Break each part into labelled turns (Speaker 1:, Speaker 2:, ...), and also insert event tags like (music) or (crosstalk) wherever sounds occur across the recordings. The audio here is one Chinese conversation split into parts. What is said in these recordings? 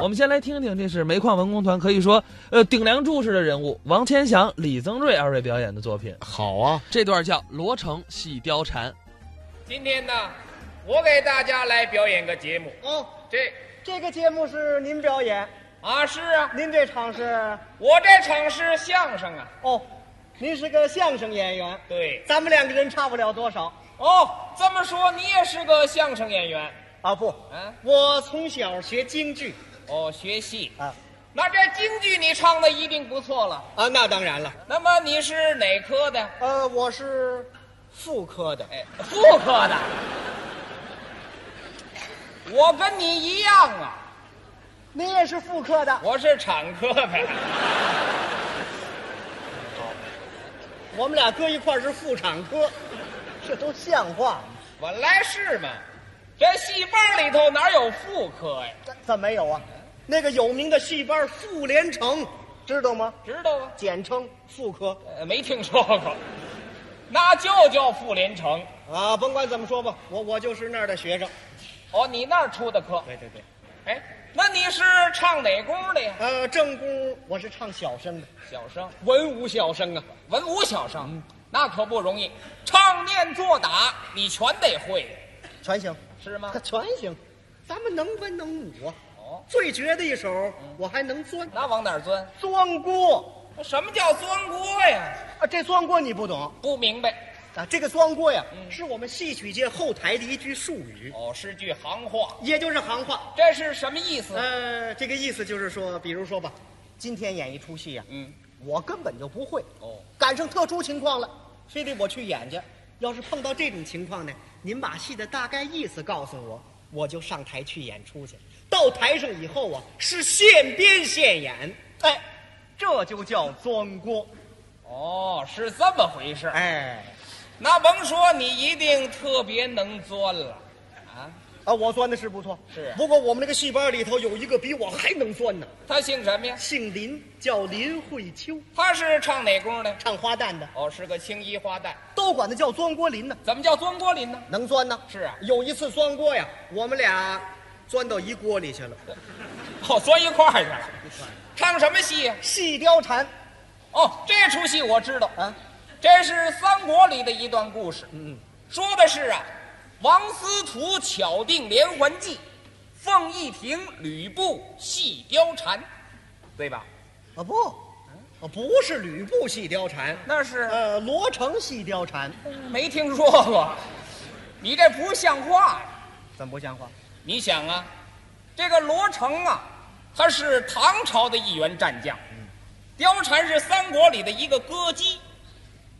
Speaker 1: 我们先来听听，这是煤矿文工团可以说呃顶梁柱式的人物王千祥、李增瑞二位表演的作品。
Speaker 2: 好啊，
Speaker 1: 这段叫《罗成戏貂蝉》。
Speaker 3: 今天呢，我给大家来表演个节目。
Speaker 4: 哦，
Speaker 3: 这
Speaker 4: 这个节目是您表演，
Speaker 3: 啊是啊，
Speaker 4: 您这场是
Speaker 3: 我这场是相声啊。
Speaker 4: 哦，您是个相声演员，
Speaker 3: 对，
Speaker 4: 咱们两个人差不了多少
Speaker 3: 哦，这么说你也是个相声演员？
Speaker 4: 啊。不，
Speaker 3: 啊
Speaker 4: 我从小学京剧
Speaker 3: 哦，学戏。
Speaker 4: 啊
Speaker 3: 那这京剧你唱的一定不错了。
Speaker 4: 啊，那当然了，
Speaker 3: 那么你是哪科的？
Speaker 4: 呃，我是妇科的，
Speaker 3: 哎，妇科的。我跟你一样啊，
Speaker 4: 您也是妇科的，
Speaker 3: 我是产科的。
Speaker 4: 我们俩搁一块儿是妇产科， (laughs) 这都像话吗？
Speaker 3: 本来是嘛，这戏班里头哪有妇科呀？
Speaker 4: 怎怎没有啊？那个有名的戏班妇联成，知道吗？
Speaker 3: 知道啊吗？
Speaker 4: 简称妇科
Speaker 3: 呃，没听说过， (laughs) 那就叫妇联城。
Speaker 4: 啊，甭管怎么说吧，我我就是那儿的学生。
Speaker 3: 哦，你那儿出的科？
Speaker 4: 对对对。
Speaker 3: 哎，那你是唱哪工的呀？
Speaker 4: 呃，正宫我是唱小生的，
Speaker 3: 小生，
Speaker 4: 文武小生啊。
Speaker 3: 文武小生，那可不容易，唱念做打你全得会，
Speaker 4: 全行，
Speaker 3: 是
Speaker 4: (laughs)
Speaker 3: 吗
Speaker 4: 可？全行，咱们能文能武啊。
Speaker 3: 哦，嗯
Speaker 4: 最绝的一手，我还能钻
Speaker 3: 那往哪儿钻？
Speaker 4: 钻锅
Speaker 3: 什么叫钻锅呀？
Speaker 4: 啊！这钻锅你不懂
Speaker 3: 不明白。
Speaker 4: 啊？这个钻锅呀，是我们戏曲界后台的一句术语，
Speaker 3: 嗯哦，是句行话，
Speaker 4: 也就是行话。
Speaker 3: 这是什么意思？
Speaker 4: 呃，这个意思就是说，比如说吧，今天演一出戏呀、
Speaker 3: 嗯，
Speaker 4: 我根本就不会，
Speaker 3: 哦，
Speaker 4: 赶上特殊情况了，非得我去演去。要是碰到这种情况呢，您把戏的大概意思告诉我，我就上台去演出去。到台上以后啊，是现编现演，哎，这就叫钻锅。
Speaker 3: 哦，是这么回事。
Speaker 4: 哎，
Speaker 3: 那甭说你一定特别能钻了，啊，
Speaker 4: 啊，我钻的是啊不错，
Speaker 3: 是
Speaker 4: 不过我们那个戏班里头有一个比我还能钻呢，
Speaker 3: 他姓什么呀？
Speaker 4: 姓林，叫林慧秋，
Speaker 3: 他是唱哪工的？
Speaker 4: 唱花旦的，
Speaker 3: 哦，是个青衣花旦。
Speaker 4: 都管他叫钻锅林呢。
Speaker 3: 怎么叫钻锅林呢？
Speaker 4: 能钻呢？
Speaker 3: 是啊
Speaker 4: 有一次钻锅呀，我们俩钻到一锅里去了。
Speaker 3: 哦，钻一块儿去了。唱什么戏呀？
Speaker 4: 戏貂蝉
Speaker 3: 哦，这出戏我知道，
Speaker 4: 啊，
Speaker 3: 这是三国里的一段故事。嗯，说的是啊，王司徒巧定连环计，凤翼亭、吕布戏貂蝉，对吧？
Speaker 4: 啊不，啊不是吕布戏貂蝉，
Speaker 3: 那是
Speaker 4: 呃，罗成戏貂蝉，
Speaker 3: 没听说过，你这不像话呀！
Speaker 4: 怎么不像话？
Speaker 3: 你想啊，这个罗成啊，嗯他是唐朝的一员战将，貂蝉是三国里的一个歌姬，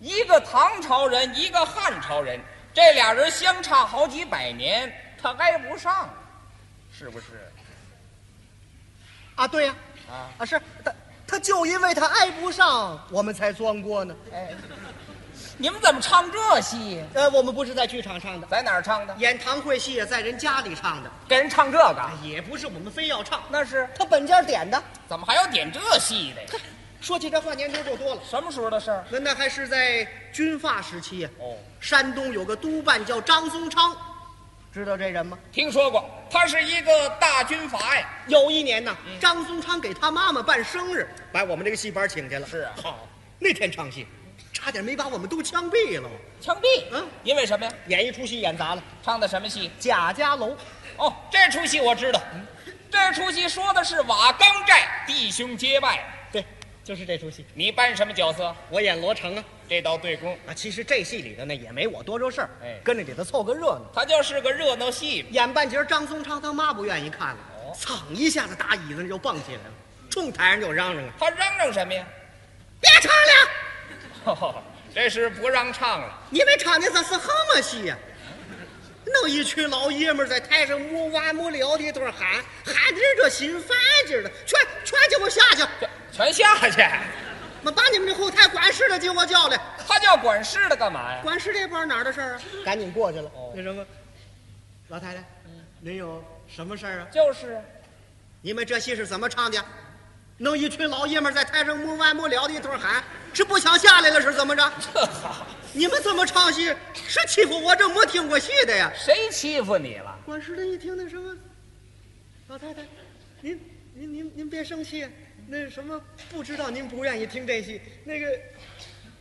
Speaker 3: 一个唐朝人，一个汉朝人，这俩人相差好几百年，他挨不上，是不是？
Speaker 4: 啊，对呀、
Speaker 3: 啊，
Speaker 4: 啊是他，他就因为他挨不上，我们才钻锅呢。
Speaker 3: 哎，你们怎么唱这戏？
Speaker 4: 呃，我们不是在剧场唱的，
Speaker 3: 在哪儿唱的？哎
Speaker 4: 演堂会戏也在人家里唱的，
Speaker 3: 给人唱这个？
Speaker 4: 也不是我们非要唱，
Speaker 3: 那是
Speaker 4: 他本家点的。
Speaker 3: 怎么还要点这戏的呀？ (laughs)
Speaker 4: 说起这话年头就多了，
Speaker 3: 什么时候的事儿？
Speaker 4: 那那还是在军阀时期呀、
Speaker 3: 哦。
Speaker 4: 山东有个督办叫张宗昌，知道这人吗？
Speaker 3: 听说过，他是一个大军阀呀。
Speaker 4: 有一年呢，
Speaker 3: 嗯
Speaker 4: 张宗昌给他妈妈办生日，把我们这个戏班请去了。
Speaker 3: 是啊
Speaker 4: 好，那天唱戏，差点没把我们都枪毙了。
Speaker 3: 枪毙。
Speaker 4: 嗯
Speaker 3: 因为什么呀？
Speaker 4: 演一出戏演砸了，
Speaker 3: 唱的什么戏？
Speaker 4: 《贾家楼》
Speaker 3: 哦，这出戏我知道。这出戏说的是瓦岗寨弟兄结拜。
Speaker 4: 对，就是这出戏，
Speaker 3: 你扮什么角色？
Speaker 4: 我演罗成啊。
Speaker 3: 这道对工，
Speaker 4: 啊，其实这戏里头呢也没我多着事儿，
Speaker 3: 哎
Speaker 4: 跟着里头凑个热闹。
Speaker 3: 他就是个热闹戏嘛。
Speaker 4: 演半截儿，张宗昌他妈不愿意看了
Speaker 3: 哦，
Speaker 4: 噌一下子打椅子上就蹦起来了，冲台上就嚷嚷啊
Speaker 3: 他嚷嚷什么呀？：“ (laughs)
Speaker 4: 别唱了，
Speaker 3: 这是不让唱了。
Speaker 4: 你们唱的这是什么戏呀、弄一群老爷们儿在台上摸哇摸撩的一顿喊，喊的人这心烦劲儿的，全全叫我下去，
Speaker 3: 这全下去。
Speaker 4: 妈把你们这后台管事的给我叫来，
Speaker 3: 他叫管事的干嘛呀？
Speaker 4: 管事的也不知道哪儿的事儿啊，赶紧过去了。
Speaker 3: 哦
Speaker 4: 那什么，老太太，您有什么事儿啊？
Speaker 3: 就是
Speaker 4: 你们这戏是怎么唱的？弄一群老爷们儿在台上摸弯摸撩的一顿喊，是不想下来了是怎么着？
Speaker 3: 这好，
Speaker 4: 你们怎么唱戏？是欺负我这没听过戏的呀？
Speaker 3: 谁欺负你了？
Speaker 4: 管事的一听那什么，老太太，您您您您别生气，那什么不知道您不愿意听这戏，那个，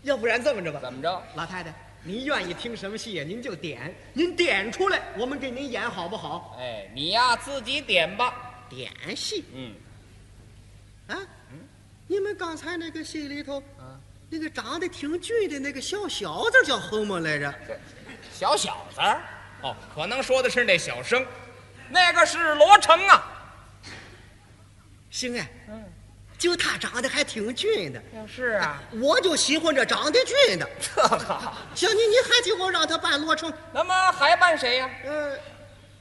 Speaker 4: 要不然这么着吧，
Speaker 3: 怎么着？
Speaker 4: 老太太，您愿意听什么戏呀？您就点，您点出来，我们给您演好不好？
Speaker 3: 哎，你呀自己点吧。
Speaker 4: 点戏
Speaker 3: 嗯，
Speaker 4: 啊？你们刚才那个戏里头，
Speaker 3: 啊
Speaker 4: 那个长得挺俊的那个小小子叫什么来着？
Speaker 3: 小小子儿，哦，可能说的是那小生，那个是罗成啊。
Speaker 4: 星哎，
Speaker 3: 嗯
Speaker 4: 就他长得还挺俊的，
Speaker 3: 是啊，
Speaker 4: 我就喜欢这长得俊的。
Speaker 3: (laughs) 这个。
Speaker 4: 行，你你还给我让他扮罗成。
Speaker 3: 那么还扮谁呀、
Speaker 4: 呃，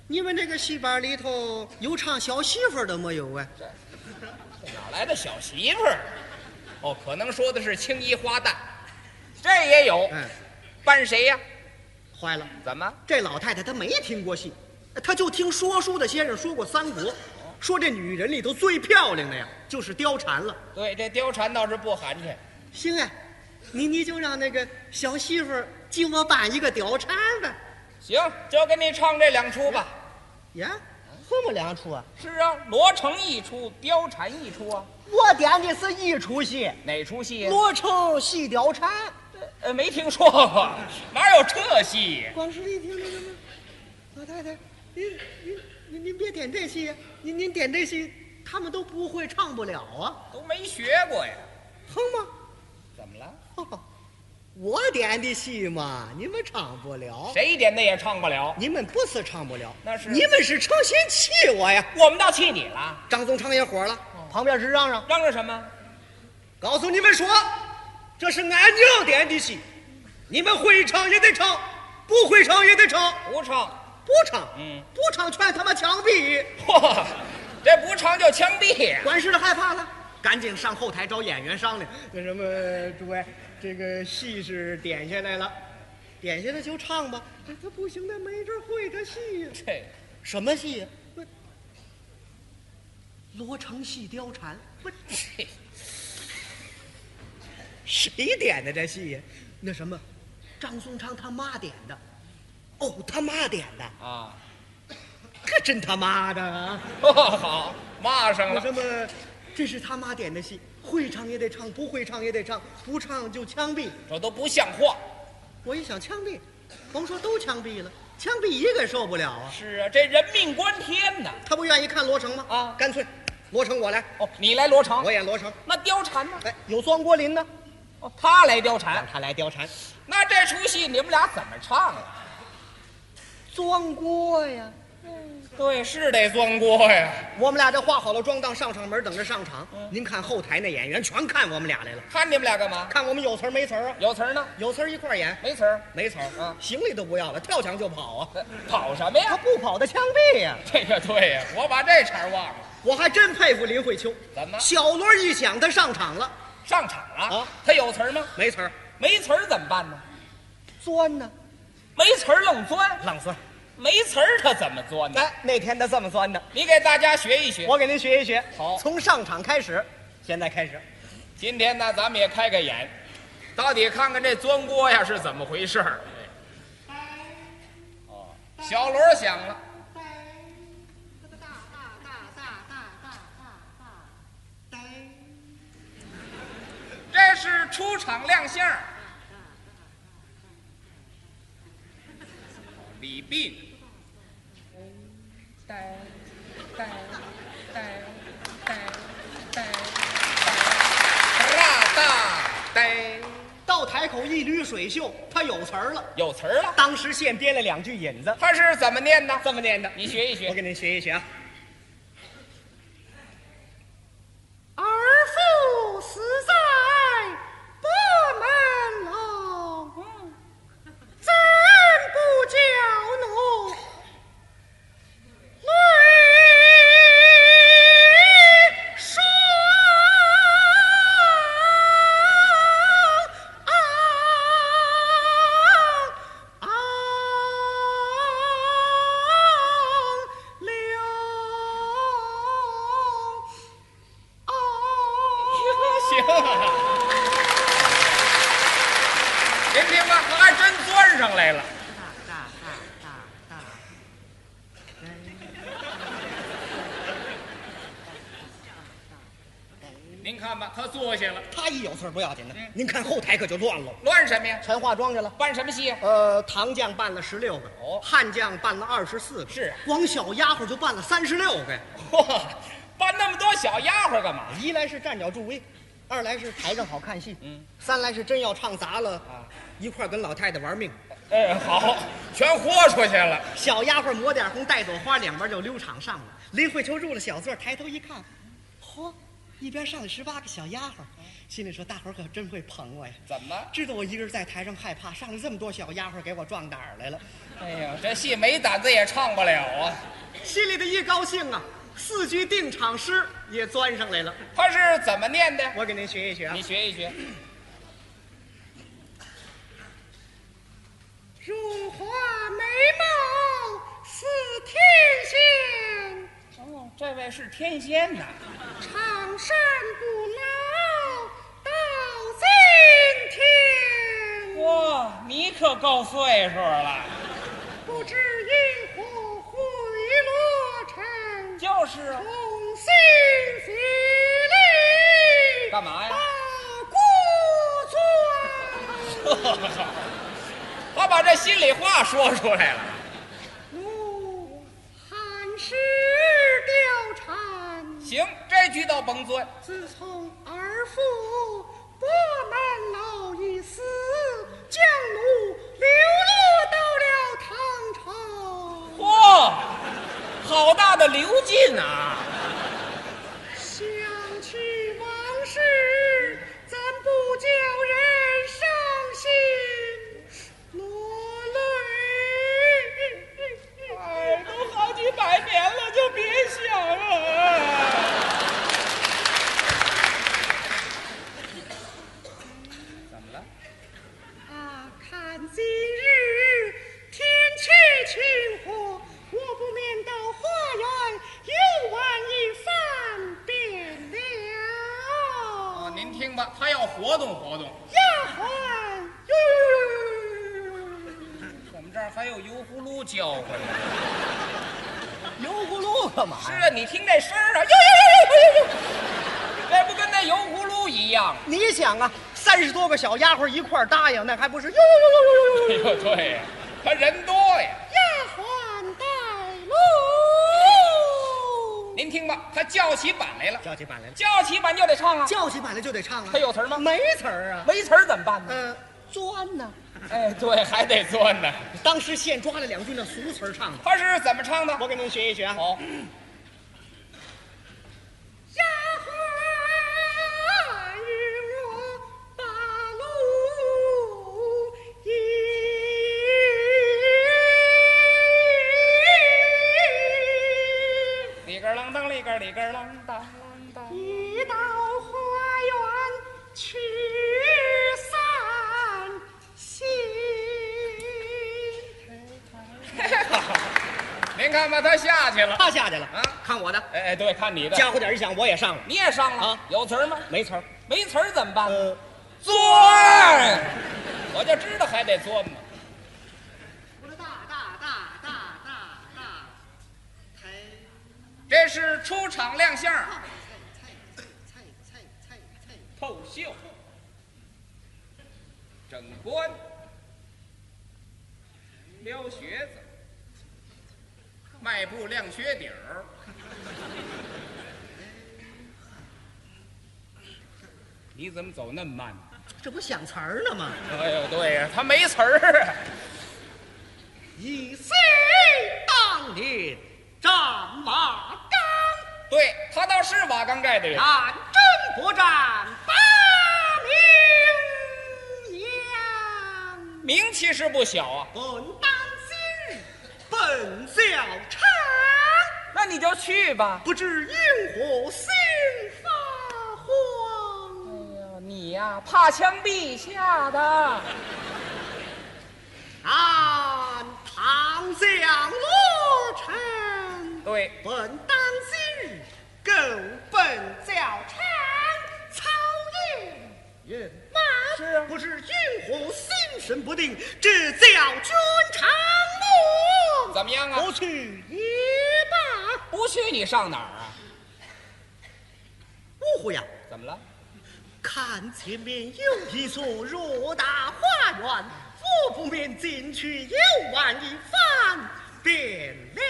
Speaker 4: 你们那个戏班里头有唱小媳妇儿的没有啊？
Speaker 3: 哪来的小媳妇儿？哦，可能说的是青衣花旦，这也有。
Speaker 4: 嗯，
Speaker 3: 扮谁呀、
Speaker 4: 坏了，
Speaker 3: 怎么？
Speaker 4: 这老太太她没听过戏，她就听说书的先生说过三国，说这女人里头最漂亮的呀就是貂蝉了。
Speaker 3: 对，这貂蝉倒是不寒碜。
Speaker 4: 行啊，你你就让那个小媳妇儿替我扮一个貂蝉吧。
Speaker 3: 行，就给你唱这两出吧。
Speaker 4: 呀，这么两出啊？
Speaker 3: 是啊，罗成一出，貂蝉一出啊。
Speaker 4: 我点的是一出戏，
Speaker 3: 哪出戏呀、
Speaker 4: 罗成戏貂蝉。
Speaker 3: 呃，没听说过， (laughs) 哪有这戏？
Speaker 4: 光是一听那个吗？老太太，您您您您别点这戏呀，您您点这戏，他们都不会唱不了啊，
Speaker 3: 都没学过呀。
Speaker 4: 哼吗？
Speaker 3: 怎么了？
Speaker 4: 哦我点的戏嘛，你们唱不了，
Speaker 3: 谁点的也唱不了。
Speaker 4: 你们不是唱不了，
Speaker 3: 那是
Speaker 4: 你们是诚心气我呀！
Speaker 3: 我们倒气你了，
Speaker 4: 张宗昌也火了，哦旁边直嚷嚷，
Speaker 3: 嚷嚷什么？
Speaker 4: 告诉你们说，这是俺娘点的戏，你们会唱也得唱，不会唱也得唱，
Speaker 3: 不唱。 (laughs)
Speaker 4: 不唱，
Speaker 3: 嗯
Speaker 4: 不唱全他妈枪毙。
Speaker 3: 嚯，这不唱就枪毙呀、
Speaker 4: 管事的害怕了，赶紧上后台找演员商量。那什么，诸位，这个戏是点下来了，点下来就唱吧。哎他不行，他没这会这戏呀。
Speaker 3: 这
Speaker 4: 什么戏呀？不罗成戏貂蝉。不，
Speaker 3: 这
Speaker 4: 谁点的这戏呀？那什么，张松昌他妈点的。哦，他妈点的，
Speaker 3: 啊，
Speaker 4: 可真他妈的啊！
Speaker 3: 呵呵哦好，骂上
Speaker 4: 那
Speaker 3: 了。
Speaker 4: 什么，这是他妈点的戏，会唱也得唱，不会唱也得唱，不唱就枪毙。
Speaker 3: 这都不像话。
Speaker 4: 我一想枪毙，甭说都枪毙了，枪毙一个也受不了啊！
Speaker 3: 是啊，这人命关天呐。
Speaker 4: 他不愿意看罗成吗？
Speaker 3: 啊
Speaker 4: 干脆，罗成我来，
Speaker 3: 哦，你来罗成
Speaker 4: 我，演罗成。
Speaker 3: 那貂蝉呢？
Speaker 4: 哎，有庄国林呢，
Speaker 3: 哦，他来貂蝉。
Speaker 4: 他来貂蝉。
Speaker 3: 那这出戏你们俩怎么唱啊？
Speaker 4: 庄锅呀，
Speaker 3: 对，是得装锅呀。
Speaker 4: 我们俩这画好了妆档，上上门等着上场。您看后台那演员全看我们俩来了，
Speaker 3: 看你们俩干嘛？
Speaker 4: 看我们有词儿没词儿啊？
Speaker 3: 有词儿呢？
Speaker 4: 有词儿一块儿演，
Speaker 3: 没词儿？
Speaker 4: 没词儿
Speaker 3: 啊
Speaker 4: 行李都不要了，跳墙就跑啊！
Speaker 3: 呃跑什么呀？
Speaker 4: 不跑的枪毙呀！
Speaker 3: 这个对呀，我把这茬儿忘了。
Speaker 4: 我还真佩服林慧秋，
Speaker 3: 怎么
Speaker 4: 小锣一响，他上场了，
Speaker 3: 上场了？
Speaker 4: 啊
Speaker 3: 他有词儿吗？
Speaker 4: 没词儿，
Speaker 3: 没词儿怎么办呢？
Speaker 4: 钻呢，
Speaker 3: 没词儿愣钻，
Speaker 4: 浪钻。
Speaker 3: 没词儿他怎么钻呢？
Speaker 4: 哎，那天他这么钻的，
Speaker 3: 你给大家学一学。
Speaker 4: 我给您学一学。
Speaker 3: 好
Speaker 4: 从上场开始，现在开始。
Speaker 3: 今天呢，咱们也开开眼，到底看看这钻锅呀是怎么回事儿。
Speaker 4: 哎
Speaker 3: 哦，小锣响了，这是出场亮相儿。李泌，哒
Speaker 4: 啊
Speaker 3: 哒呆，
Speaker 4: 到台口一捋水袖，他有词儿了。
Speaker 3: 有词儿了，
Speaker 4: 当时现编了两句引子，
Speaker 3: 他是怎么念的？
Speaker 4: 这么念的，
Speaker 3: 你学一学
Speaker 4: 我。给您学一学啊。
Speaker 2: 儿父死在伯门楼，怎不教奴隶双昂
Speaker 3: (laughs)
Speaker 2: 流？
Speaker 3: 行啊，您听吧，他还真钻上来了。您看吧，他坐下了，
Speaker 4: 他一有事儿不要紧的，您看后台可就乱了，
Speaker 3: 乱什么呀？
Speaker 4: 全化妆去了。
Speaker 3: 办什么戏呀？ (laughs)
Speaker 4: 呃，唐将办了十六个，
Speaker 3: 哦
Speaker 4: 汉将办了二十四个，
Speaker 3: 是啊
Speaker 4: 光小丫鬟就办了三十六个呀。
Speaker 3: 嚯，搬那么多小丫鬟干嘛？
Speaker 4: 一来是站脚助威，二来是台上好看戏，
Speaker 3: 嗯，啊
Speaker 4: 三来是真要唱砸了，一块儿跟老太太玩命。
Speaker 3: 哎，好，全豁出去了。
Speaker 4: 小丫鬟抹点红，带朵花，两边就溜场上了。林慧秋入了小座，抬头一看，嚯，一边上来十八个小丫鬟，心里说大伙儿可真会捧我呀。
Speaker 3: 怎么
Speaker 4: 知道我一个人在台上害怕，上来这么多小丫鬟给我壮胆儿来了，
Speaker 3: 哎呀，这戏没胆子也唱不了啊！
Speaker 4: 心里的一高兴啊，四句定场诗也钻上来了。
Speaker 3: 他是怎么念的？
Speaker 4: 我给您学一学啊
Speaker 3: 你。学一学。
Speaker 2: 如画眉毛似天仙，
Speaker 3: 哦，这位是天仙呐！
Speaker 2: 长衫不老到今天。
Speaker 3: 哇，你可够岁数了。
Speaker 2: 不知因何回落成，
Speaker 3: 就是啊
Speaker 2: 同心协力
Speaker 3: 干嘛呀
Speaker 2: 把故作。
Speaker 3: 他把这心里话说出来了。
Speaker 2: 奴寒食貂蝉，
Speaker 3: 行，这句倒甭钻。
Speaker 2: 自从儿父伯门老已死，将奴流落到了唐朝。
Speaker 3: 嚯，好大的刘进啊！
Speaker 2: 想起往事，怎不叫人伤心落泪？
Speaker 3: 哎，都好几百年了，就别想了。怎么了？
Speaker 2: 啊，看今日天气晴和，我不免到花园游玩一番便
Speaker 3: 哦
Speaker 2: 了。，
Speaker 3: 您听吧，他要活动活动。
Speaker 2: 丫鬟哟。
Speaker 3: 我们这儿还有油葫芦叫唤呢。
Speaker 4: 油葫芦干嘛
Speaker 3: 是啊，你听这声儿啊，呦呦呦呦呦呦，这不跟那油葫芦一样吗？
Speaker 4: 你想啊，三十多个小丫鬟一块儿答应，那还不是呦呦呦呦呦呦呦？
Speaker 3: 哎呦，对呀，他人多呀。
Speaker 2: 丫鬟带
Speaker 3: (laughs)
Speaker 2: 路。
Speaker 3: 您听吧，他叫起板来了，
Speaker 4: 叫起板来了，
Speaker 3: 叫起板就得唱啊。
Speaker 4: 叫起板来就得唱啊。
Speaker 3: 他有词儿吗？
Speaker 4: 没词儿啊？
Speaker 3: 没词儿怎么办呢？
Speaker 4: 呃，钻呢、
Speaker 3: 哎，对，还得钻呢。
Speaker 4: 当时现抓了两句那俗词儿唱的，
Speaker 3: 他是怎么唱的？
Speaker 4: 我给您学一学啊。
Speaker 3: 好，
Speaker 2: 丫鬟与我把路引，
Speaker 3: 里根儿啷当，里根儿里根儿啷当啷当。
Speaker 2: 一到花园去散心。
Speaker 3: (laughs) 您看吧，他下去了。
Speaker 4: 他下去了
Speaker 3: 啊
Speaker 4: 看我的。
Speaker 3: 哎哎，对，看你的，
Speaker 4: 家伙点儿一响，我也上了，
Speaker 3: 你也上了
Speaker 4: 啊，
Speaker 3: 有词儿吗？
Speaker 4: 没词儿。
Speaker 3: 没词儿怎么办呢？
Speaker 4: 呃，
Speaker 3: 钻，我就知道还得钻嘛。
Speaker 4: 我的大大大大大大，抬
Speaker 3: 这是出场亮相
Speaker 4: 菜
Speaker 3: 儿
Speaker 4: 菜菜菜菜菜
Speaker 3: 透秀，整冠，撩靴子，迈步亮靴底儿。你怎么走那么慢呢？
Speaker 4: 这不想词儿呢吗？
Speaker 3: 哎呦，对呀、他没词儿啊。
Speaker 4: 以昔当年战马当，
Speaker 3: 对他倒是瓦岗寨的人。
Speaker 4: 战争不战
Speaker 2: 八名扬。
Speaker 3: 名气是不小啊。
Speaker 4: 本当今日，本校唱，
Speaker 3: 那你就去吧。
Speaker 4: 不知因何心
Speaker 2: 发慌，
Speaker 3: 哎呀，你呀、怕枪毙下的。
Speaker 4: 俺唐将落成。
Speaker 3: 对，
Speaker 4: 本当今日，苟本教唱操演人马，
Speaker 3: 是啊
Speaker 4: 不知因何心神不定，只教君长路。
Speaker 3: 怎么样啊
Speaker 4: 不？去
Speaker 2: 一把
Speaker 3: 不去你上哪儿啊？
Speaker 4: 芜湖糊呀。
Speaker 3: 怎么了？
Speaker 4: 啊看前面有一座偌大花园，我不免进去游玩一番便
Speaker 3: (laughs)
Speaker 4: 了。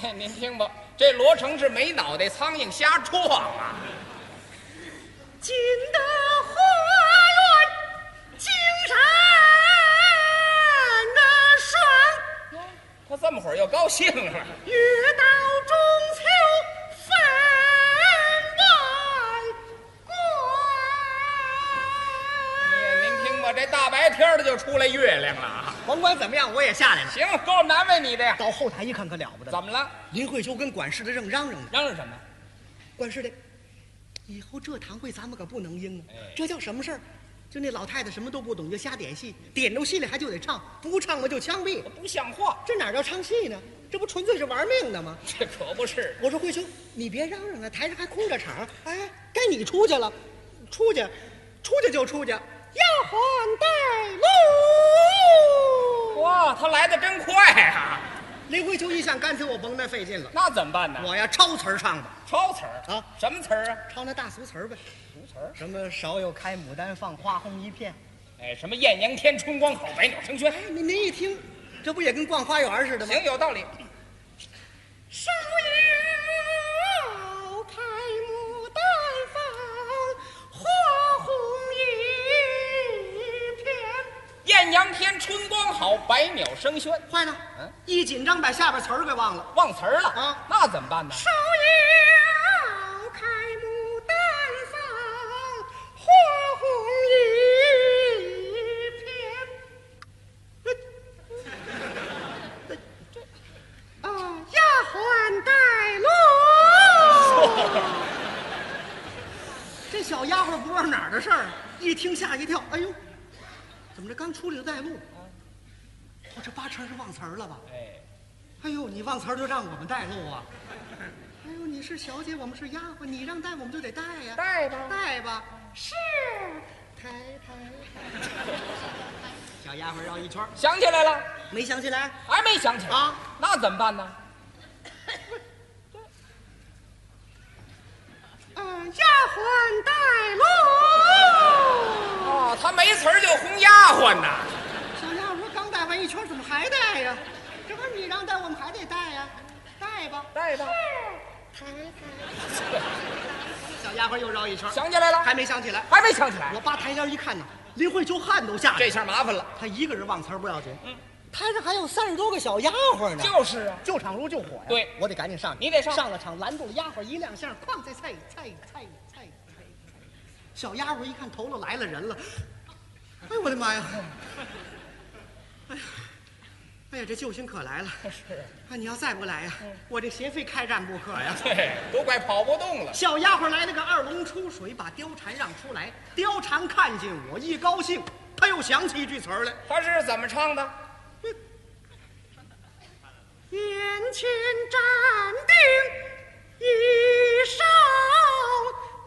Speaker 3: 嘿，哎您听吧，这罗成是没脑袋苍蝇瞎撞啊！
Speaker 2: 进得花园，精神
Speaker 4: 啊
Speaker 2: 的爽，
Speaker 3: 他这么会儿又高兴了。
Speaker 2: 月到中秋分外光。
Speaker 3: 哎您听吧，这大白天的就出来月亮了啊。
Speaker 4: 甭管怎么样，我也下来了。
Speaker 3: 行了，够难为你的呀。
Speaker 4: 到后台一看，可了不得了。
Speaker 3: 怎么了？
Speaker 4: 林慧秋跟管事的正嚷嚷呢。
Speaker 3: 嚷嚷什么？
Speaker 4: 管事的，以后这堂会咱们可不能应啊
Speaker 3: 哎！
Speaker 4: 这叫什么事儿？就那老太太什么都不懂，就瞎点戏，点着戏了还就得唱，不唱我就枪毙。
Speaker 3: 不像话，
Speaker 4: 这哪叫唱戏呢？这不纯粹是玩命的吗？
Speaker 3: 这可不是。
Speaker 4: 我说慧秋，你别嚷嚷了，啊台上还空着场儿，哎，该你出去了，出去，出去就出去，
Speaker 2: 要还带路。
Speaker 3: 哇，他来的真快啊！
Speaker 4: 林慧秋一想，干脆我甭那费劲了，
Speaker 3: 那怎么办呢？
Speaker 4: 我要抄词儿唱吧，
Speaker 3: 抄词儿
Speaker 4: 啊
Speaker 3: 什么词儿啊？
Speaker 4: 抄那大俗词儿呗，
Speaker 3: 什么词儿？
Speaker 4: 什么芍药开，牡丹放，花红一片。
Speaker 3: 哎，什么艳阳天、春光好、百鸟争喧。
Speaker 4: 哎，您您一听，这不也跟逛花园儿似的吗？
Speaker 3: 行，有道理。
Speaker 2: 芍药开，牡丹放，花红一片。
Speaker 3: 艳阳天，春光好，百鸟声喧。
Speaker 4: 坏了
Speaker 3: 嗯，
Speaker 4: 一紧张把下边词儿给忘了。
Speaker 3: 忘词儿了
Speaker 4: 啊
Speaker 3: 那怎么办呢？
Speaker 2: 芍药开，牡丹放，花红一片。啊，丫鬟带路。
Speaker 4: 这小丫鬟不知道哪儿的事儿，一听吓一跳，哎呦，怎么这刚出来就带路？
Speaker 3: 嗯
Speaker 4: 我这八成是忘词儿了吧？
Speaker 3: 哎，
Speaker 4: 哎呦，你忘词儿就让我们带路啊？哎呦，你是小姐，我们是丫鬟，你让带我们就得带呀、
Speaker 3: 带吧
Speaker 4: 带吧。
Speaker 2: 是，抬抬
Speaker 4: 小丫鬟绕一圈儿，
Speaker 3: 想起来了，
Speaker 4: 没想起来？
Speaker 3: 还没想起来
Speaker 4: 啊？
Speaker 3: 那怎么办呢？
Speaker 2: 嗯，丫鬟带路。
Speaker 3: 哦，他没词儿就红丫鬟呐。
Speaker 4: 小丫鬟刚带完一圈儿，怎么还带呀、这不是你让带，我们还得带呀、带吧。
Speaker 3: 带吧，
Speaker 2: 抬抬
Speaker 4: 小丫鬟又绕一圈儿，
Speaker 3: 想起来了，
Speaker 4: 还没想起来。
Speaker 3: 还没想起来
Speaker 4: 我，扒台沿一看呢，林慧秋汗都下来
Speaker 3: 这
Speaker 4: 了。
Speaker 3: 下麻烦了。
Speaker 4: 她一个人忘词儿不要紧，台上还有三十多个小丫鬟呢。
Speaker 3: 就是啊，
Speaker 4: 救场如救火呀！
Speaker 3: 对
Speaker 4: 我得赶紧上去。
Speaker 3: 你得上
Speaker 4: 上了场，拦住了丫鬟一亮相，哐！再菜菜菜菜菜。小丫鬟一看头了来了人了，哎呦我的妈呀！哎呀，哎呀，这救星可来了！
Speaker 3: (laughs) 是，嗯
Speaker 4: 啊，你要再不来呀，我这邪非开战不可呀！
Speaker 3: 对，哎都快跑不动了。
Speaker 4: 小丫鬟来了个二龙出水，把貂蝉让出来。貂蝉看见我一高兴，她又想起一句词儿来。
Speaker 3: 他是怎么唱的？
Speaker 2: 眼前站定一少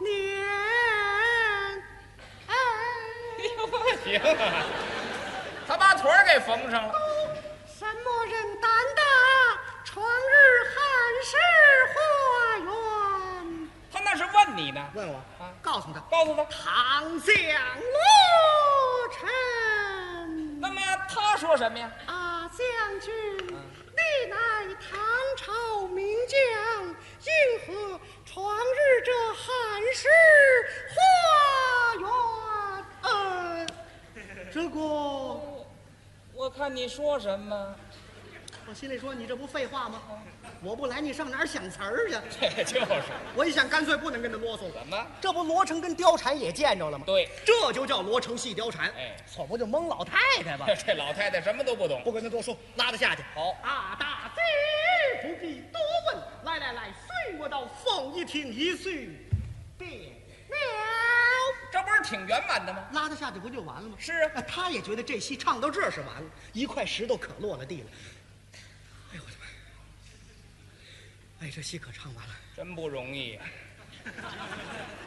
Speaker 2: 年。哎
Speaker 3: 行啊，他把腿儿给缝上了。
Speaker 2: 什么人胆大，闯日汉室花园？
Speaker 3: 他那是问你呢，
Speaker 4: 问我
Speaker 3: 啊，
Speaker 4: 告诉她，
Speaker 3: 告诉他。
Speaker 4: 唐
Speaker 2: 将落成。
Speaker 3: 那么他说什么呀？
Speaker 2: 啊，将军，历乃唐朝名将，因何闯入这汉室
Speaker 4: 哎
Speaker 2: 花园？呃，
Speaker 4: 这个，我
Speaker 3: 我看你说什么，
Speaker 4: 心里说你这不废话吗？我不来，你上哪儿想词儿去？
Speaker 3: 这就是
Speaker 4: 我一想，干脆不能跟他啰嗦了。
Speaker 3: 怎么？
Speaker 4: 这不罗成跟貂蝉也见着了吗？
Speaker 3: 对，
Speaker 4: 这就叫罗成戏貂蝉。
Speaker 3: 哎
Speaker 4: 错不就蒙老太太吧？
Speaker 3: 这老太太什么都不懂。
Speaker 4: 不跟他多说，拉他下去。
Speaker 3: 好
Speaker 4: 啊，大姐不必多问，来来来，随我到凤仪厅一叙便了。
Speaker 3: 这不是挺圆满的吗？
Speaker 4: 拉他下去不就完了吗？
Speaker 3: 是啊
Speaker 4: 那他也觉得这戏唱到这儿是完了，一块石头可落了地了。哎呦我的妈呀！哎，这戏可唱完了。
Speaker 3: 真不容易啊呀、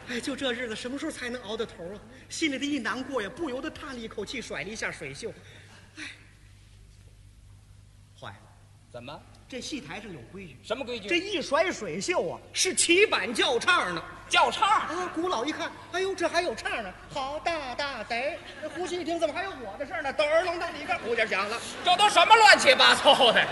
Speaker 4: 哎，就这日子什么时候才能熬到头啊？心里头一难过呀，不由得叹了一口气，甩了一下水袖。哎，坏了，
Speaker 3: 怎么？
Speaker 4: 这戏台上有规矩，
Speaker 3: 什么规
Speaker 4: 这
Speaker 3: 矩？
Speaker 4: 一甩水袖啊，是起板叫唱呢。
Speaker 3: 叫唱，
Speaker 4: 啊，古老一看，哎呦，这还有唱呢，好大大贼！那胡须一听，怎么还有我的事儿呢？等儿楞当里干，胡家响了，
Speaker 3: 这都什么乱七八糟的？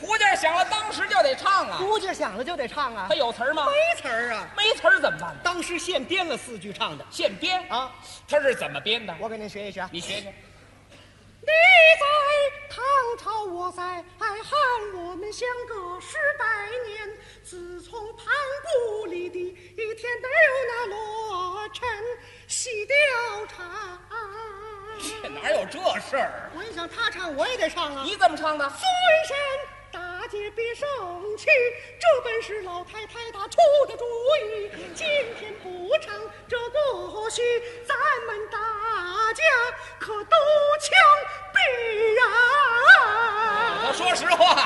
Speaker 3: 胡家响了，当时就得唱啊。哎
Speaker 4: 胡家响了就得唱啊
Speaker 3: 他，有词儿吗？
Speaker 4: 没词儿啊。
Speaker 3: 没词儿怎么办呢？
Speaker 4: 当时现编了四句唱的
Speaker 3: 现编，
Speaker 4: 啊，
Speaker 3: 他是怎么编的？
Speaker 4: 我给您学一学啊。
Speaker 3: 你学学。
Speaker 2: 你在唐朝，我在汉，我们相隔十百年。自从盘古里的一天都那罗尘洗掉茶。
Speaker 3: 这哪有这事儿？啊
Speaker 4: 我一想，他唱我也得唱啊。
Speaker 3: 你怎么唱的？
Speaker 2: 尊山大姐别生气，这本是老太太打出的主意。今天不唱这过去，咱们大家可都枪毙呀！
Speaker 3: 我说实话了，